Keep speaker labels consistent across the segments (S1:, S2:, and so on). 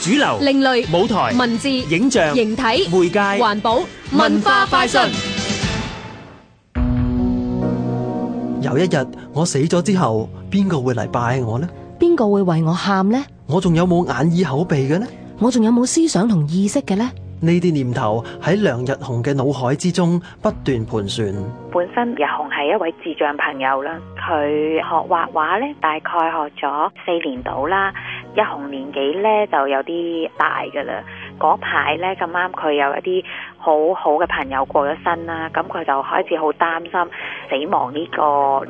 S1: 主流、
S2: 另類
S1: 舞台、
S2: 文字、
S1: 影像、
S2: 形體、
S1: 媒介、
S2: 環保、
S1: 文
S2: 文
S1: 化快
S2: 化快
S1: 訊
S2: 訊。
S3: 有一日我死咗之後，邊個會嚟拜我呢？
S4: 邊個會為我喊呢？
S3: 我仲有冇眼耳口鼻嘅呢？
S4: 我仲有冇思想同意識嘅呢？
S3: 呢啲念頭喺梁日雄嘅腦海之中不斷盤旋。
S5: 本身日紅係一位智障朋友啦，佢學畫畫咧，大概學咗四年到啦。日紅年紀咧就有啲大噶啦，嗰排咧咁啱佢有一啲好好嘅朋友過咗身啦，咁佢就開始好擔心死亡呢個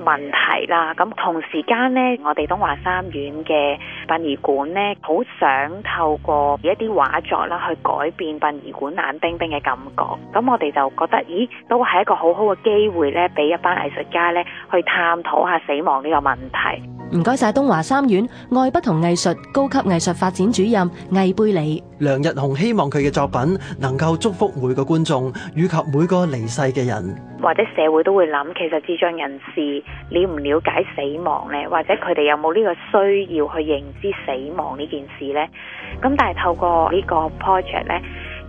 S5: 問題啦。咁同時間咧，我哋東華三院嘅殯儀館咧，好想透過一啲畫作啦，去改變殯儀館冷冰冰嘅感覺。咁我哋就覺得，咦，都係一個好好嘅機會咧，俾一班藝術家咧去探討下死亡呢個問題。
S4: 唔該晒東華三院愛不同藝術高級藝術發展主任魏貝里。
S3: 梁日雄希望佢嘅作品能夠祝福每個觀眾以及每個離世嘅人。
S5: 或者社會都會諗，其實智障人士了唔了解死亡呢？或者佢哋有冇呢個需要去認知死亡呢件事呢？咁但係透過呢個 project 呢，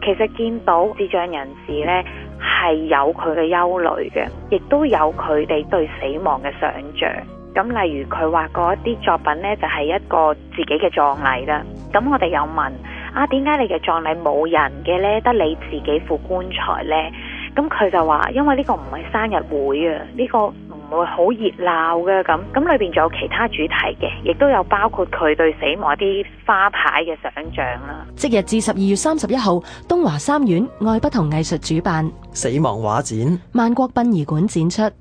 S5: 其實見到智障人士呢係有佢嘅憂慮嘅，亦都有佢哋對死亡嘅想像。咁例如佢畫過一啲作品呢，就係一個自己嘅葬禮啦。咁我哋有問啊，點解你嘅葬禮冇人嘅呢？得你自己副棺材呢？咁佢就話，因為呢個唔係生日會啊，呢、個唔會好熱鬧嘅咁。咁裏邊仲有其他主題嘅，亦都有包括佢對死亡一啲花牌嘅想像啦。
S4: 即日至十二月三十一號，東華三院愛不同藝術主辦
S3: 死亡畫展。
S4: 萬國殯儀館展出。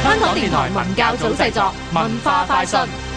S2: 香港電台文教組製作，文化快訊。